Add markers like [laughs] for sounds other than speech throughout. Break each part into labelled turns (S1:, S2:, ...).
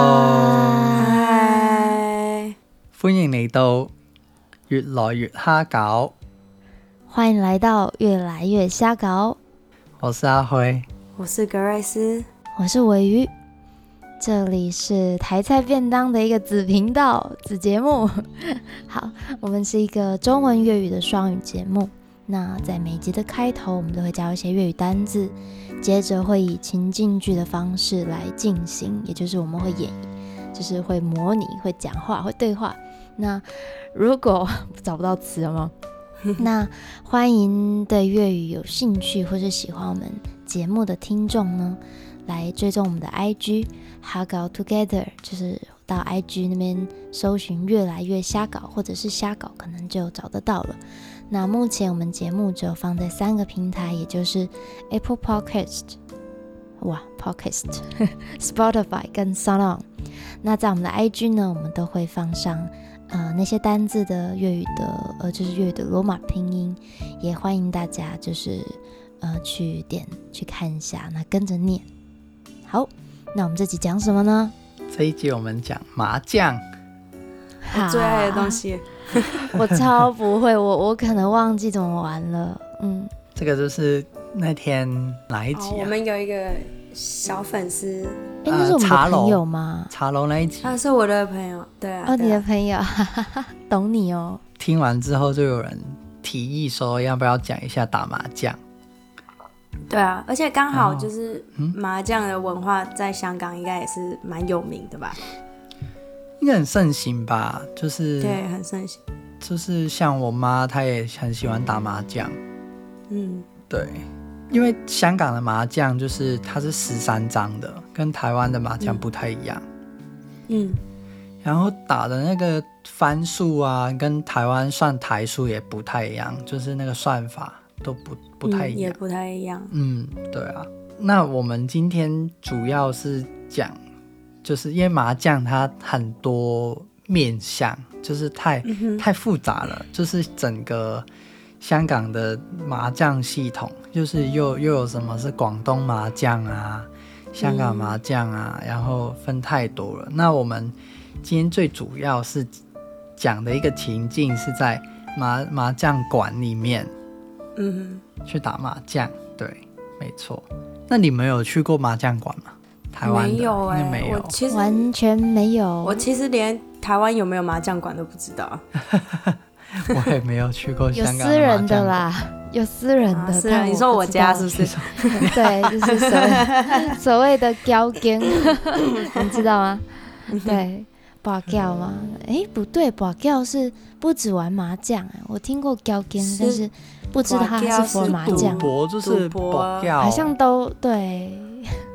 S1: Hello，
S2: 嗨，
S1: 歡迎嚟到越來越蝦餃，
S3: 欢迎来到越来越瞎搞，
S1: 我是阿輝。
S2: 我是格瑞斯。
S3: 我是尾鱼，这里是台菜便当的一个子频道子节目。 [laughs] 好，我们是一个中文粤语的双语节目。那在每集的开头，我们都会教一些粤语单字，接着会以情境剧的方式来进行，也就是我们会演绎，就是会模拟、会讲话、会对话。那如果 [laughs] 找不到词了吗？那欢迎对粤语有兴趣或是喜欢我们节目的听众呢，来追踪我们的 IG 哈搞 Together，就是到 IG 那边搜寻“越来越瞎搞”或者是“瞎搞”，可能就找得到了。那目前我们节目只有放在三个平台，也就是 Apple Podcast，哇，Podcast、Spotify 跟 Sound On。那在我们的 IG 呢，我们都会放上呃那些单字的粤语的呃就是粤语的罗马拼音，也欢迎大家就是呃去点去看一下，那跟着念。好，那我们这集讲什么呢？
S1: 这一集我们讲麻將，
S2: 我最爱的东
S3: 西，
S2: 西，
S3: [laughs] 我超不会，我我可能忘记怎么玩了。嗯，
S1: 这个就是那天哪一
S2: 哦，
S1: 集
S2: 我
S1: 啊？
S2: 们有一个小粉丝，
S3: 哎、
S1: 呃
S3: 那是我们
S1: 茶
S3: 的
S1: 楼
S3: 朋友吗？
S1: 茶楼那一集，
S2: 他是我的朋友，对啊，
S3: 哦，你
S2: 对
S3: 的
S2: 啊
S3: 朋友， [laughs] 哈哈哈，懂你哦。
S1: 听完之后就有人提议说要不要讲一下打麻將。
S2: 对啊，而且刚好
S1: 哦
S2: 就是麻将的文化在香港应该也是蛮有名的吧？
S1: 应该很盛行吧，就是
S2: 对，很盛行。
S1: 就是像我妈，她也很喜欢打麻将。
S2: 嗯，
S1: 对，因为香港的麻将就是它是十三张的，跟台湾的麻将不太一样。
S2: 嗯，
S1: 然后打的那个番数啊，跟台湾算台数也不太一样，就是那个算法都不不太
S2: 嗯
S1: 一
S2: 也
S1: 样。
S2: 不太一样。
S1: 嗯对啊。那我们今天主要是讲，就是因为麻将它很多面相，就是太、
S2: 嗯
S1: 太复杂了，就是整个香港的麻将系统，就是又又有什么是广东麻将啊，香港麻将啊，
S2: 嗯
S1: 然后分太多了。那我们今天最主要是讲的一个情境是在麻麻将馆里面
S2: 嗯
S1: 去打麻将，对，没错。那你们有去过麻将馆吗？台
S2: 哼，
S1: 湾的
S2: 没有
S1: 应该
S2: 哎，
S1: 没
S2: 我
S1: 有。
S2: 其实
S3: 完全没有。
S2: 我其实连台湾有没有麻将馆都不知道，
S1: [laughs] 我也没有去过
S3: 有
S1: 香港
S3: 私人
S1: 的
S3: 的
S1: 麻将
S3: 啦，有私人
S2: 啊
S3: 的。
S2: 私
S3: 但
S2: 人你说
S3: 不
S2: 我
S3: 知
S2: 家
S3: 道
S2: 是不是？
S3: 对，就是所谓所谓的交game，你知道吗？对，保教吗？诶，不对，保教是不止玩麻将、哎，我听过交 game，
S2: 是
S3: 但是不知道它
S2: 博交
S3: 是玩麻
S2: 是
S1: 赌
S3: 将，
S1: 博就是
S2: 赌博
S1: 博掉，
S3: 好像都对，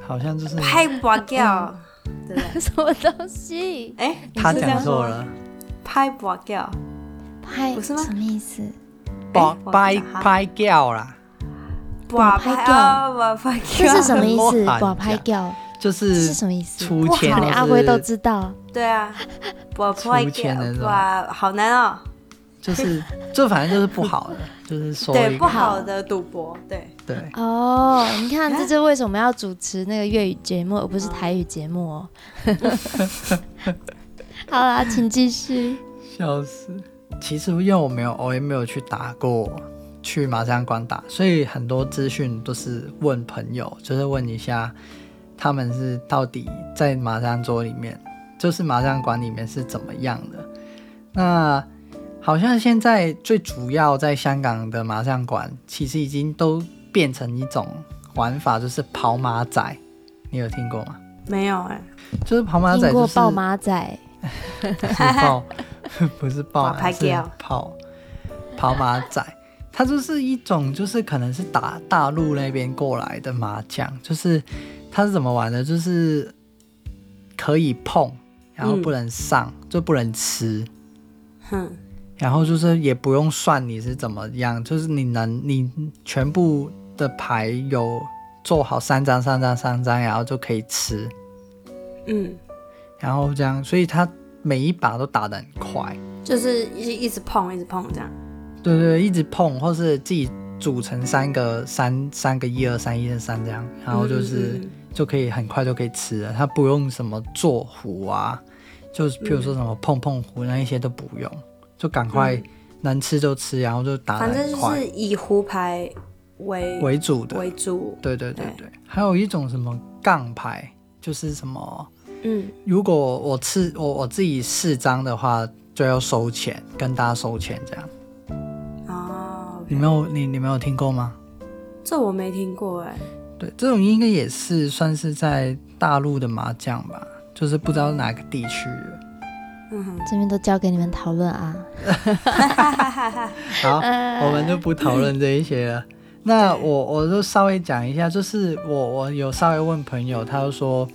S3: [laughs]
S1: 好像就是
S2: 拍八角，对不对？
S3: 什么东西？
S2: 哎，你
S1: 他
S2: 是这样
S1: 讲
S2: 说
S1: 错
S2: 吗
S1: 了，
S2: 拍八角。
S3: 拍
S2: 不是吗
S3: 什么意思？
S1: 博
S2: 哎我
S1: 拍
S2: 讲哈
S1: 拍掉啦，
S2: 哇
S3: 拍
S2: 拍
S3: 掉
S2: 啊，哇拍
S3: 这
S2: 掉，
S3: 是什么意思？
S1: 乱
S3: 保拍
S1: 讲
S3: 教这
S1: 就
S3: 是
S1: 是
S3: 什么意思？
S1: 出钱
S3: 可
S1: 就
S3: 能
S1: 是
S3: 阿辉都知道，
S2: 对啊，哇拍
S1: 出
S2: 掉
S1: 钱的那，种
S2: 哇好难哦，
S1: 就是就反正就是不好的，就是说一
S2: 对，不
S1: 个
S2: 好的赌博，对，
S1: 对，
S3: 哦，你
S1: 啊
S3: 看，这就是为什么要主持那个粤语节目，而不是台语节目
S1: [laughs]
S3: 哦。好啦，请继续。
S1: 笑死。其实因为我没有，我也没有去打过，去麻将馆打，所以很多资讯都是问朋友，就是问一下他们是到底在麻将桌里面，就是麻将馆里面是怎么样的。那好像现在最主要在香港的麻将馆，其实已经都变成一种玩法，就是跑马仔，你有听过吗？
S2: 没有哎，
S1: 就是跑马仔
S3: 听
S1: 就
S3: 过
S1: 是
S3: 爆马仔，
S1: 不是爆， [laughs] 不是爆
S2: [laughs] 哇，拍
S1: 是
S2: gel
S1: 跑跑马仔，它就是一种就是可能是打大陆那边过来的麻将，就是它是怎么玩的，就是可以碰，然后
S2: 嗯
S1: 不能上，就不能吃。
S2: 哼，
S1: 然后就是也不用算你是怎么样，就是你能你全部的牌有做好三张三张三张，然后就可以吃，
S2: 嗯，
S1: 然后这样，所以它每一把都打得很快。
S2: 就是一一直碰，一直碰这样，
S1: 对对，一直碰，或是自己组成三个三三个一二三一二三这样，然后就是
S2: 嗯嗯嗯
S1: 就可以很快就可以吃了，它不用什么做糊啊，就是譬如说什么碰碰糊那一些都不用，就赶快能吃就吃，然后就打
S2: 嗯反
S1: 得
S2: 正
S1: 很
S2: 就是
S1: 快
S2: 以胡牌为
S1: 为主的。
S2: 为主，
S1: 对对对
S2: 对
S1: 对，还有一种什么杠牌，就是什么
S2: 嗯
S1: 如果我吃我我自己四张的话，就要收钱，跟大家收钱这样。
S2: 哦，
S1: 你没有你你没有听过吗？
S2: 这我没听过哎，
S1: 对，这种应该也是算是在大陆的麻将吧，就是不知道哪个地区的。
S2: 嗯哼，
S3: 这边都交给你们讨论啊。
S1: 好，
S3: 嗯
S1: 我们就不讨论这一些了。那
S2: 对
S1: 我我就稍微讲一下，就是我我有稍微问朋友，他就说，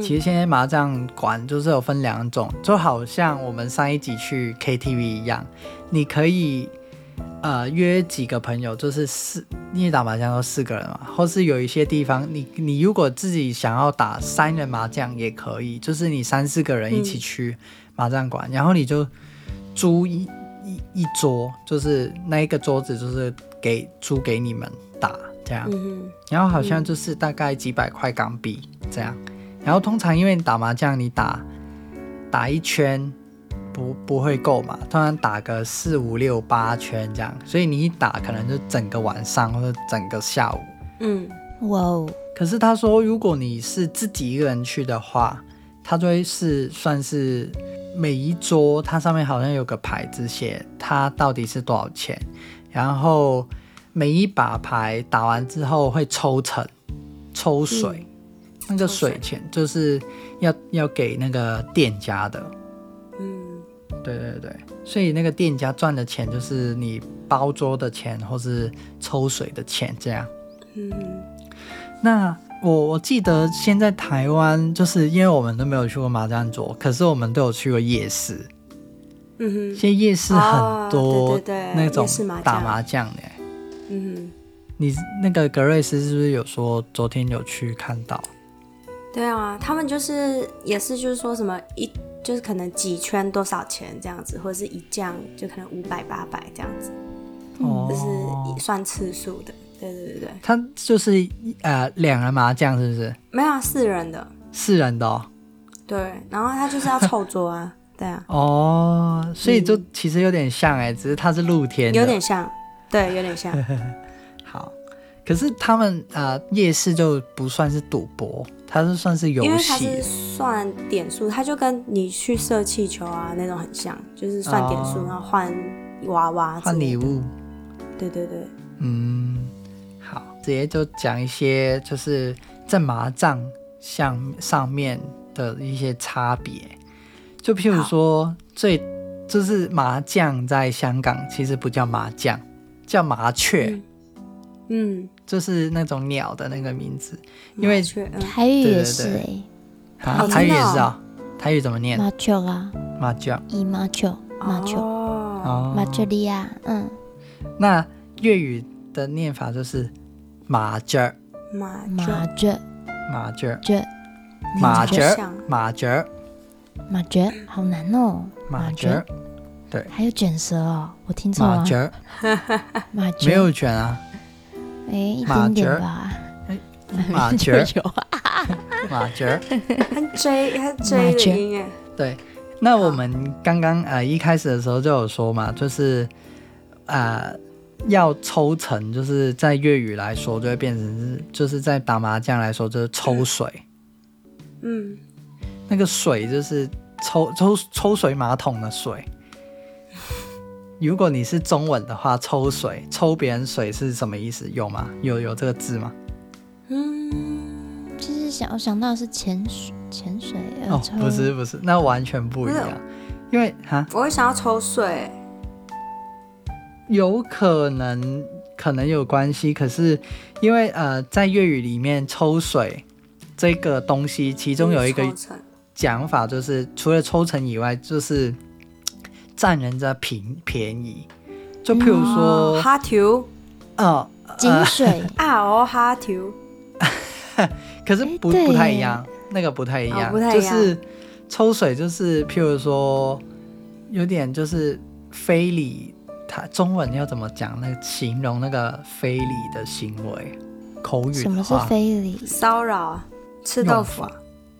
S1: [laughs] 其实现在麻将馆就是有分两种，就好像我们上一集去 KTV 一样，你可以呃约几个朋友，就是四，因为打麻将都四个人嘛，或是有一些地方你你如果自己想要打三人麻将也可以，就是你三四个人一起去麻将馆，然后你就租一一一桌，就是那一个桌子就是给租给你们打这样。
S2: 嗯
S1: 然后好像就是大概几百块港币这样。然后通常因为你打麻将，你打打一圈不不会够嘛，通常打个四五六八圈这样，所以你一打可能就整个晚上或者整个下午。
S2: 哼，嗯
S3: 哇哦，
S1: 可是他说，如果你是自己一个人去的话，他就会是算是每一桌，它上面好像有个牌子写它到底是多少钱，然后每一把牌打完之后会抽成，抽水，那个
S2: 抽水
S1: 水钱就是要要给那个店家的，
S2: 嗯，
S1: 对对对，所以那个店家赚的钱就是你包桌的钱或是抽水的钱这样。
S2: 嗯哼，
S1: 那我我记得现在台湾就是因为我们都没有去过麻将桌，可是我们都有去过夜市。
S2: 嗯哼，
S1: 现在夜市很多、
S2: 哦对对对
S1: 那种
S2: 夜市麻将
S1: 打麻将的、
S2: 嗯
S1: 你那个格瑞斯是不是有说昨天有去看到？
S2: 哼，对啊，他们就是也是就是说什么一就是可能几圈多少钱这样子，或者是一降就可能五百八百这样子，就是
S1: 哦，
S2: 算次数的，对对对对，
S1: 他就是呃两人麻将是不是？
S2: 没有啊四人的，
S1: 四人的哦，
S2: 对，然后他就是要凑桌啊，对啊，
S1: 哦，所以就其实有点像哎、只是它是露天的，
S2: [laughs] 有点像，对，有
S1: [laughs]
S2: 点像，
S1: 好。可是他们啊、呃夜市就不算是赌博，它是算是游戏，
S2: 因为它是算点数，它就跟你去射气球啊那种很像，就是算点数，
S1: 哦
S2: 然后换娃娃之
S1: 换
S2: 类
S1: 礼
S2: 的。
S1: 物。
S2: 对对对，
S1: 嗯，好，直接就讲一些就是在麻将项上面的一些差别，就譬如说最就是麻将在香港其实不叫麻将，叫麻雀，
S2: 嗯嗯，
S1: 就是那种鸟的那个名字，因为
S2: 麻雀嗯
S3: 台语
S1: 对
S3: 也
S1: 对
S3: 是
S1: 对
S3: 哎、
S1: 啊，
S2: 哦
S1: 台语也
S2: 真的哦
S1: 是啊、台语怎么念？
S3: 麻雀啊，
S1: 麻将
S3: 以麻雀，麻雀，
S2: 哦，
S1: 哦，
S3: 麻雀利亚，嗯，
S1: 那粤语的念法就是麻雀，
S2: 麻
S3: 麻
S2: 雀
S3: 雀
S1: 麻雀，
S3: 雀，
S1: 麻
S2: 雀
S1: 雀
S2: 像，
S1: 麻雀，
S3: 麻雀，好难哦，
S1: 麻雀，，
S3: 还有卷舌哦，我听错
S1: 麻
S3: 了，
S1: 雀。
S3: 麻
S1: 没
S3: 雀，
S1: 有卷啊，
S3: 哎，一
S1: 麻
S3: 点
S1: 雀
S3: 点吧，[laughs]
S1: 马
S3: 就
S1: 雀，
S3: 有啊，
S1: 马雀。
S2: 它 J 它 J
S3: 雀
S2: 的音哎，
S1: 对， [laughs] 那我们刚刚呃一开始的时候就有说嘛，就是呃要抽成，就是在粤语来说就会变成是，就是在打麻将来说就是抽水，
S2: 嗯，
S1: 那个水就是抽抽抽水马桶的水。如果你是中文的话，抽水抽别人水是什么意思？有吗？有有这个字吗？
S2: 嗯，
S3: 其实想我想到的是潜水，潜水，呃
S1: 哦，
S3: [laughs]
S1: 不，是不是，那完全不一
S2: 那
S1: 样，因为哈。
S2: 我会想要抽水，
S1: 有可能可能有关系，可是因为呃，在粤语里面抽水这个东西，其中有一个
S2: 抽成
S1: 讲法就是，除了抽成以外，就是嘖占人家便便宜。就譬如
S2: 哦
S1: 说，
S2: 哈条
S1: 呃，
S3: 金
S1: [laughs]
S3: 水，
S2: 啊哦哈条，
S1: 可是不
S3: 诶对耶
S1: 不太一样，那个不太一样，
S2: 哦不太
S1: 就
S2: 一样
S1: 是抽水就是譬如说，有点就是非礼，它中文要怎么讲？那个形容那个非礼的行为，口语
S3: 什
S1: 的
S3: 么是
S1: 话，
S3: 非礼？
S2: 骚扰啊，吃豆腐啊？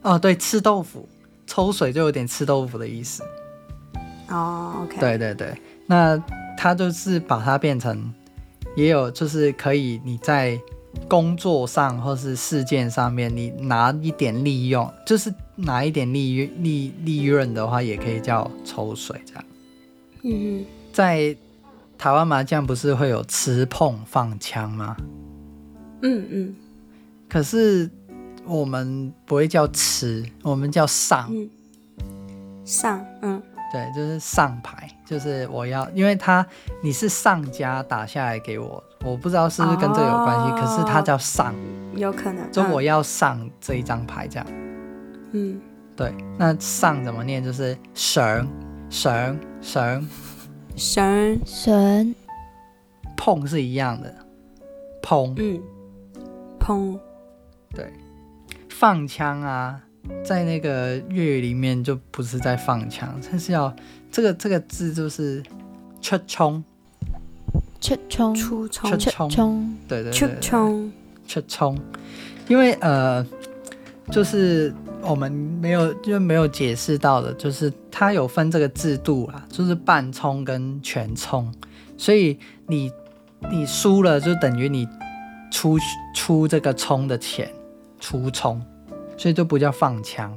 S1: 哦，对，吃豆腐，抽水就有点吃豆腐的意思。
S2: 哦，OK，
S1: 对对对，那它就是把它变成，也有就是可以你在工作上或是事件上面，你拿一点利用，就是拿一点利利利润的话，也可以叫抽水这样。
S2: 嗯
S1: 在台湾麻将不是会有吃碰放枪吗？
S2: 哼嗯嗯
S1: 可是我们不会叫吃，我们叫上，
S2: 嗯，上嗯
S1: 对，就是上牌，就是我要，因为他你是上家打下来给我，我不知道是不是跟这有关系，
S2: 哦
S1: 可是它叫上，
S2: 有可能。
S1: 就
S2: 嗯
S1: 我要上这一张牌这样。
S2: 嗯
S1: 对，那上怎么念？就是绳绳绳
S2: 绳
S3: 绳
S1: 碰是一样的，碰
S2: 嗯砰
S1: 对，放枪啊，在那个粤语里面就不是在放枪，它是要这个这个字就是出冲，
S3: 出冲
S2: 出冲
S1: 出
S3: 出
S1: 冲
S3: 冲
S1: 对对
S2: 出
S1: 对，
S2: 冲
S1: 出冲，因为呃，就是我们没有就没有解释到的，就是它有分这个制度啦，就是半冲跟全冲，所以你你输了就等于你出出这个冲的钱，出冲，所以就不叫放枪。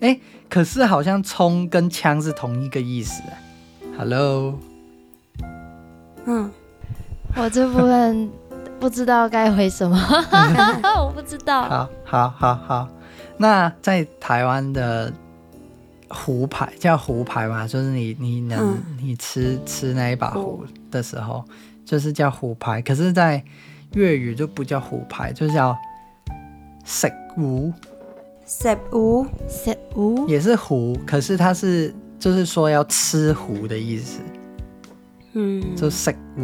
S1: 哎，可是好像冲跟枪是同一个意思、欸。Hello，
S2: 嗯
S1: [laughs]
S3: 我这部分不知道该回什么， [laughs] 我不知道。
S1: 好，好，好，好。那在台湾的胡牌叫胡牌吧，就是你你能、
S2: 嗯
S1: 你吃吃那一把
S2: 胡
S1: 胡的时候，就是叫胡牌。可是，在粤语就不叫胡牌，就叫食胡，
S2: 十五
S3: 食五
S1: 也是胡，可是它是就是说要吃胡的意思，
S2: 嗯，
S1: 就食胡。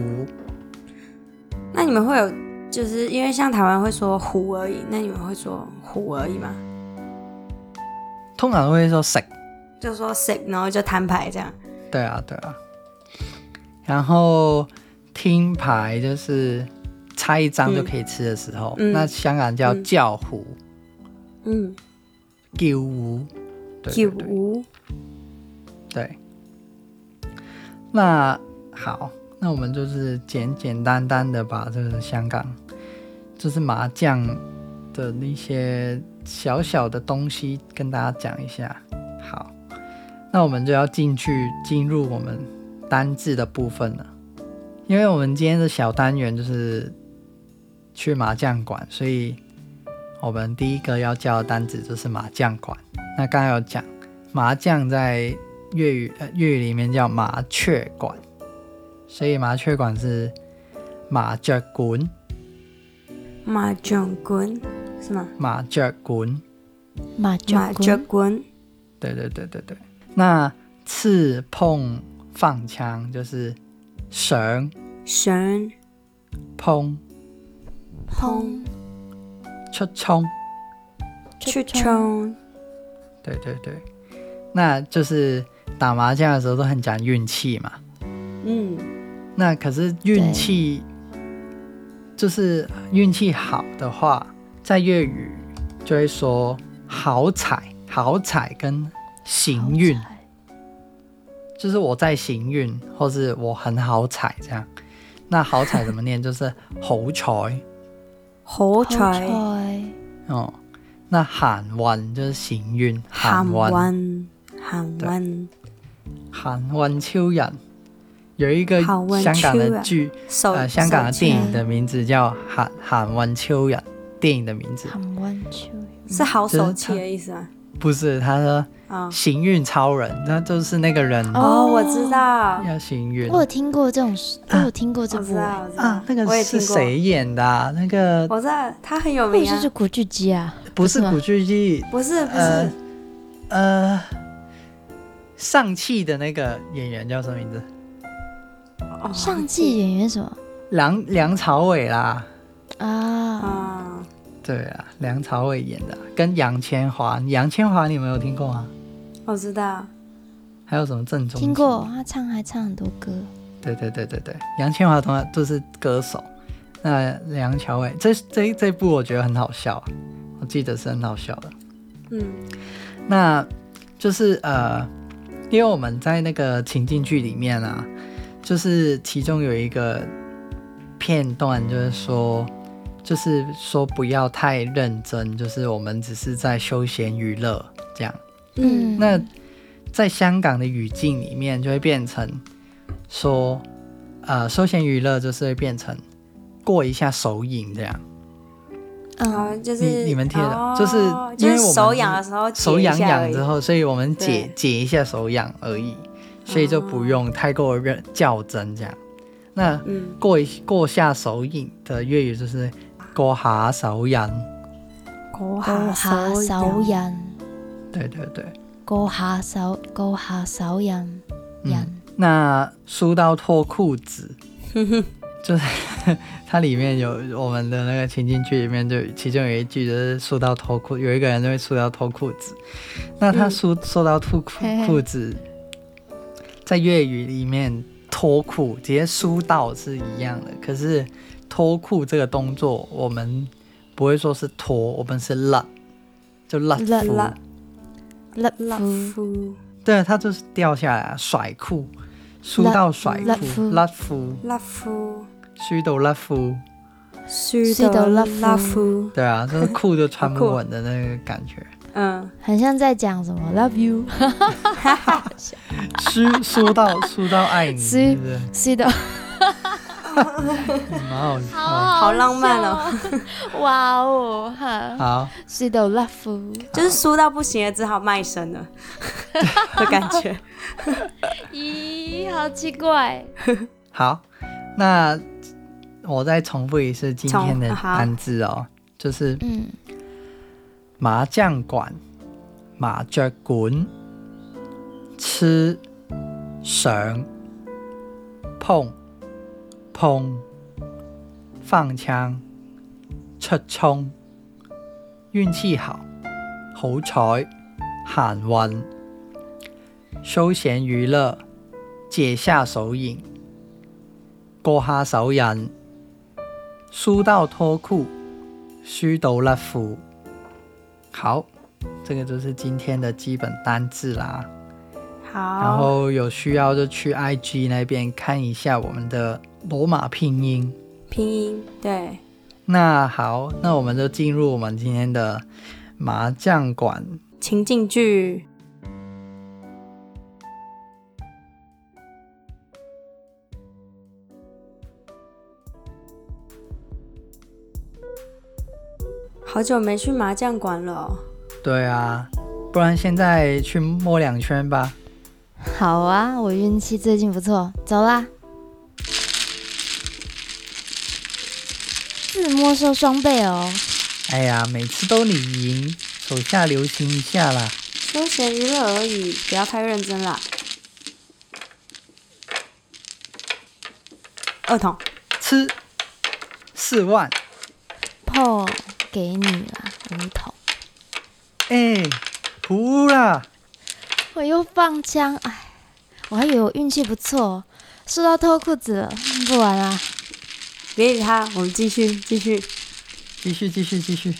S2: 那你们会有就是因为像台湾会说虎而已，那你们会说虎而已吗？
S1: 通常会说食，
S2: 就说 sick，然后就摊牌这样。
S1: 对啊，对啊。然后听牌就是拆一张就可以吃的时候，
S2: 嗯嗯
S1: 那香港叫叫胡、
S2: 嗯，
S1: 叫胡，对
S2: 九
S1: 对对
S2: 五
S1: 对。那好，那我们就是简简单单的把这个香港，就是麻将的那些小小的东西跟大家讲一下。好，那我们就要进去进入我们单字的部分了，因为我们今天的小单元就是去麻将馆，所以我们第一个要教的单字就是麻将馆。那刚刚有讲麻将在粤语呃粤语里面叫麻雀馆，所以麻雀馆是麻雀馆，
S2: 麻将棍是吗？
S1: 麻雀馆，
S3: 麻
S2: 麻
S3: 将
S2: 将
S3: 棍
S2: 棍
S1: 对对对对对。那刺碰放枪就是绳
S2: 绳
S1: 碰
S2: 碰
S1: 出冲，
S2: 出冲
S1: 对对对，那就是打麻将的时候都很讲运气嘛，
S2: 嗯
S1: 那可是运气，就是运气好的话，在粤语就会说好彩，好彩跟行运，就是我在行运，或是我很好彩这样。那好彩怎么念？就是好彩
S2: 好
S3: 彩
S2: 彩
S1: 哦。那行运就是行运，行
S2: 行
S1: 运，
S2: 运行运
S1: 行运超人。有一个
S2: 行运
S1: 香港
S2: 超
S1: 的
S2: 人
S1: 剧，
S2: 手
S1: 呃，香港的
S2: 手
S1: 电影
S2: 牵
S1: 的名字叫《韩韩湾秋人》，电影的名字
S3: 含弯秋
S2: 是好
S1: 就
S2: 手
S1: 是他
S2: 气的意思吗？
S1: 不是他说
S2: 啊
S1: 行运超人，那就是那个人
S2: 哦，我知道，
S1: 要行运、
S3: 我有听过这种事，我有听过这
S2: 我
S3: 部
S2: 知
S3: 欸，
S2: 道，我知道
S1: 啊，那
S2: 我
S1: 个
S2: 也
S1: 是
S2: 听过
S1: 谁演的、啊？那个
S2: 我知道他很有
S3: 欸或者
S2: 名啊
S3: 是，古巨基啊，
S1: 不是
S3: 吗
S1: 古巨基，
S2: 不是不
S1: 呃
S2: 是
S1: 呃，上汽的那个演员叫什么名字？
S2: 哦
S3: 上季演员什么
S1: 梁梁朝伟啦，
S3: 啊？
S2: 啊，
S1: 对啊，梁朝伟演的，啊跟杨千嬅，杨千嬅你们有听过吗？
S2: 我知道，
S1: 还有什么郑中基
S3: 听过，他唱还唱很多歌，
S1: 对对对对对，杨千嬅同样都是歌手。那梁朝伟这这这一部我觉得很好笑啊，记得是很好笑的。
S2: 嗯
S1: 那就是呃，因为我们在那个情境剧里面啊，就是其中有一个片段，就是说，就是说不要太认真，就是我们只是在休闲娱乐这样。
S2: 嗯
S1: 那在香港的语境里面，就会变成说，呃，休闲娱乐就是会变成过一下手瘾这样。
S2: 然后
S3: 嗯
S2: 啊就是
S1: 你你们听得
S2: 哦
S1: 懂就是
S2: 就
S1: 因为我
S2: 是
S1: 们
S2: 手痒的时候，
S1: 手痒痒之，后，所以我们解
S2: 对
S1: 解一下手痒而已，所以就不用太过认较真这样。那
S2: 嗯，
S1: 过一过下手瘾的粤语就是过下手瘾，
S2: 勾
S3: 高下手，人，
S1: 对对对。
S3: 高下手高下手人人，
S1: 那输到脱裤子，就是 [laughs] 它里面有我们的那个情境剧里面就其中有一句就是输到脱裤，有一个人就会输到脱裤子。那他输输到脱裤
S3: 嘿嘿
S1: 裤子，在粤语里面脱裤直接输到是一样的，可是脱裤这个动作我们不会说是脱，我们是勒，就勒
S3: 勒
S1: 服
S2: 勒
S3: 甩
S2: 辣
S3: 裤
S2: 夫
S1: 对，他就是掉下来、啊、甩裤，输
S3: 勒
S1: 到甩
S3: 勒
S1: 裤，
S3: 夫
S1: 勒夫。
S2: 辣夫，
S1: 虚度拉夫，
S2: 虚
S3: 虚
S2: 的
S3: 的辣
S2: 辣
S3: 夫
S2: 夫，
S1: 对
S2: [laughs]
S1: 啊，就是裤都穿
S2: 好
S1: 不
S2: 酷
S1: 稳的那个感
S2: [laughs]
S1: 觉。
S2: 嗯，
S3: 很像在讲什么 love you，
S1: 输输到输到爱你，
S3: 输
S1: 是不是？
S3: 是的，
S1: 蛮好笑。
S2: [laughs] 好浪漫哦
S3: 笑哦， [laughs] 哇哦哈，
S1: 好，
S3: 是的 love，
S2: 就是输到不行了，只好卖身了 [laughs] 的感觉。
S3: 咦，好奇怪，
S1: 好，那我再重复一次今天的
S2: 重好
S1: 单字哦，就是
S3: 嗯，
S1: 麻将馆、麻雀馆、吃、上、碰、碰、放枪、出冲、运气好、好彩、行運、休閒娛樂、借下手癮、過下手癮、輸到脱褲、輸到甩褲。好，这个就是今天的基本单字啦。然
S2: [laughs] 好，
S1: 后有需要就去 IG 那边看一下我们的罗马拼音。
S2: 拼音对，
S1: 那好，那我们就进入我们今天的麻将馆。
S2: 情境剧，好久没去麻将馆了哦、
S1: 对啊，不然现在去摸两圈吧。
S3: 好啊，我运气最近不错，走啦。自摸兽双倍哦，
S1: 哎呀，每次都你赢，手下留情一下啦。
S2: 休闲娱乐而已，不要太认真啦。二筒，
S1: 吃四万，
S3: 破给你啦，五筒。
S1: 哎，胡啊啦，
S3: 我又放枪，哎，我还以为我运气不错，输到脱裤子了，不玩啦。
S2: 别理他，我们继续继续。
S1: 继续继续继续。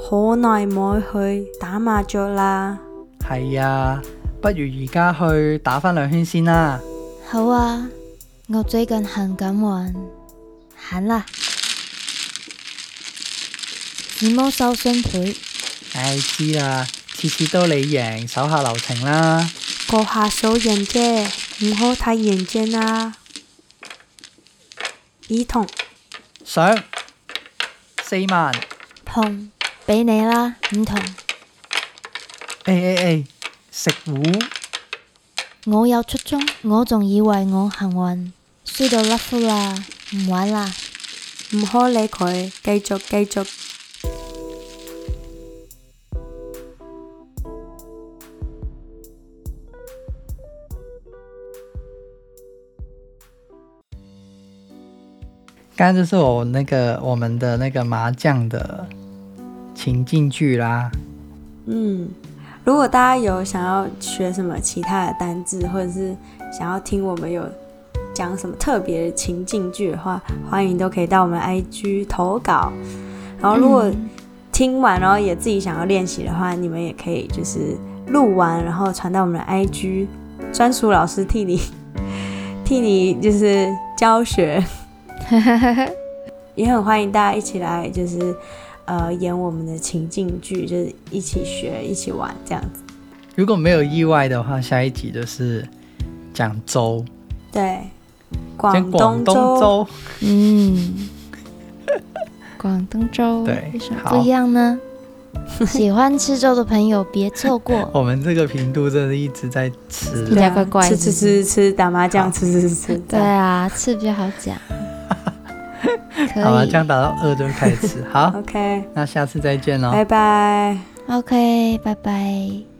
S2: 好耐冇去打麻雀啦，
S1: 系啊，不如而家去打翻两圈先啦。
S3: 好啊，我最近很敢玩，行啦。自摸手双倍，
S1: 唉，知啦，次次都你贏，手下留情啦。
S2: 個下數人啫，唔好太認真啊啦。耳筒，
S1: 上四萬，
S3: 碰俾你啦，五筒。
S1: 诶诶诶，哎食糊
S3: 我有出中，我仲以為我幸運，輸到甩褲啦，唔玩啦。
S2: 唔好理佢，繼續繼續。
S1: 刚刚就是我那個我們的那個麻將的情境劇啦。
S2: 嗯，如果大家有想要学什么其他的单字，或者是想要听我们有讲什么特别的情境剧的话，欢迎都可以到我们 IG 投稿。然后如果
S3: 嗯
S2: 听完，然后也自己想要练习的话，你们也可以就是录完，然后传到我们的 IG，专属老师替你 [laughs] 替你就是教学， [laughs] 也很欢迎大家一起来就是呃演我们的情境剧，就是一起学一起玩这样子。
S1: 如果没有意外的话，下一集就是讲粥，
S2: 对，
S1: 讲
S2: 广
S1: 广
S2: 东
S1: 东
S2: 粥。
S1: 粥。
S3: 嗯，广东粥
S1: 对
S3: 有什么
S1: 好
S3: 不一样呢？喜欢吃粥的朋友别错
S1: [laughs]
S3: 过。
S1: 我们这个频度真的一直在吃
S3: 比，较怪怪
S2: 吃吃
S3: 是不是
S2: 吃吃打麻将，吃吃吃吃。
S3: 对啊，吃比较好
S1: [laughs]
S3: 讲。
S1: 好
S3: 可
S1: 了，
S3: 以
S1: 这样打到饿就开始吃。好，
S2: ，OK，
S1: 那下次再见喽，
S2: 拜拜。
S3: ，OK，拜拜。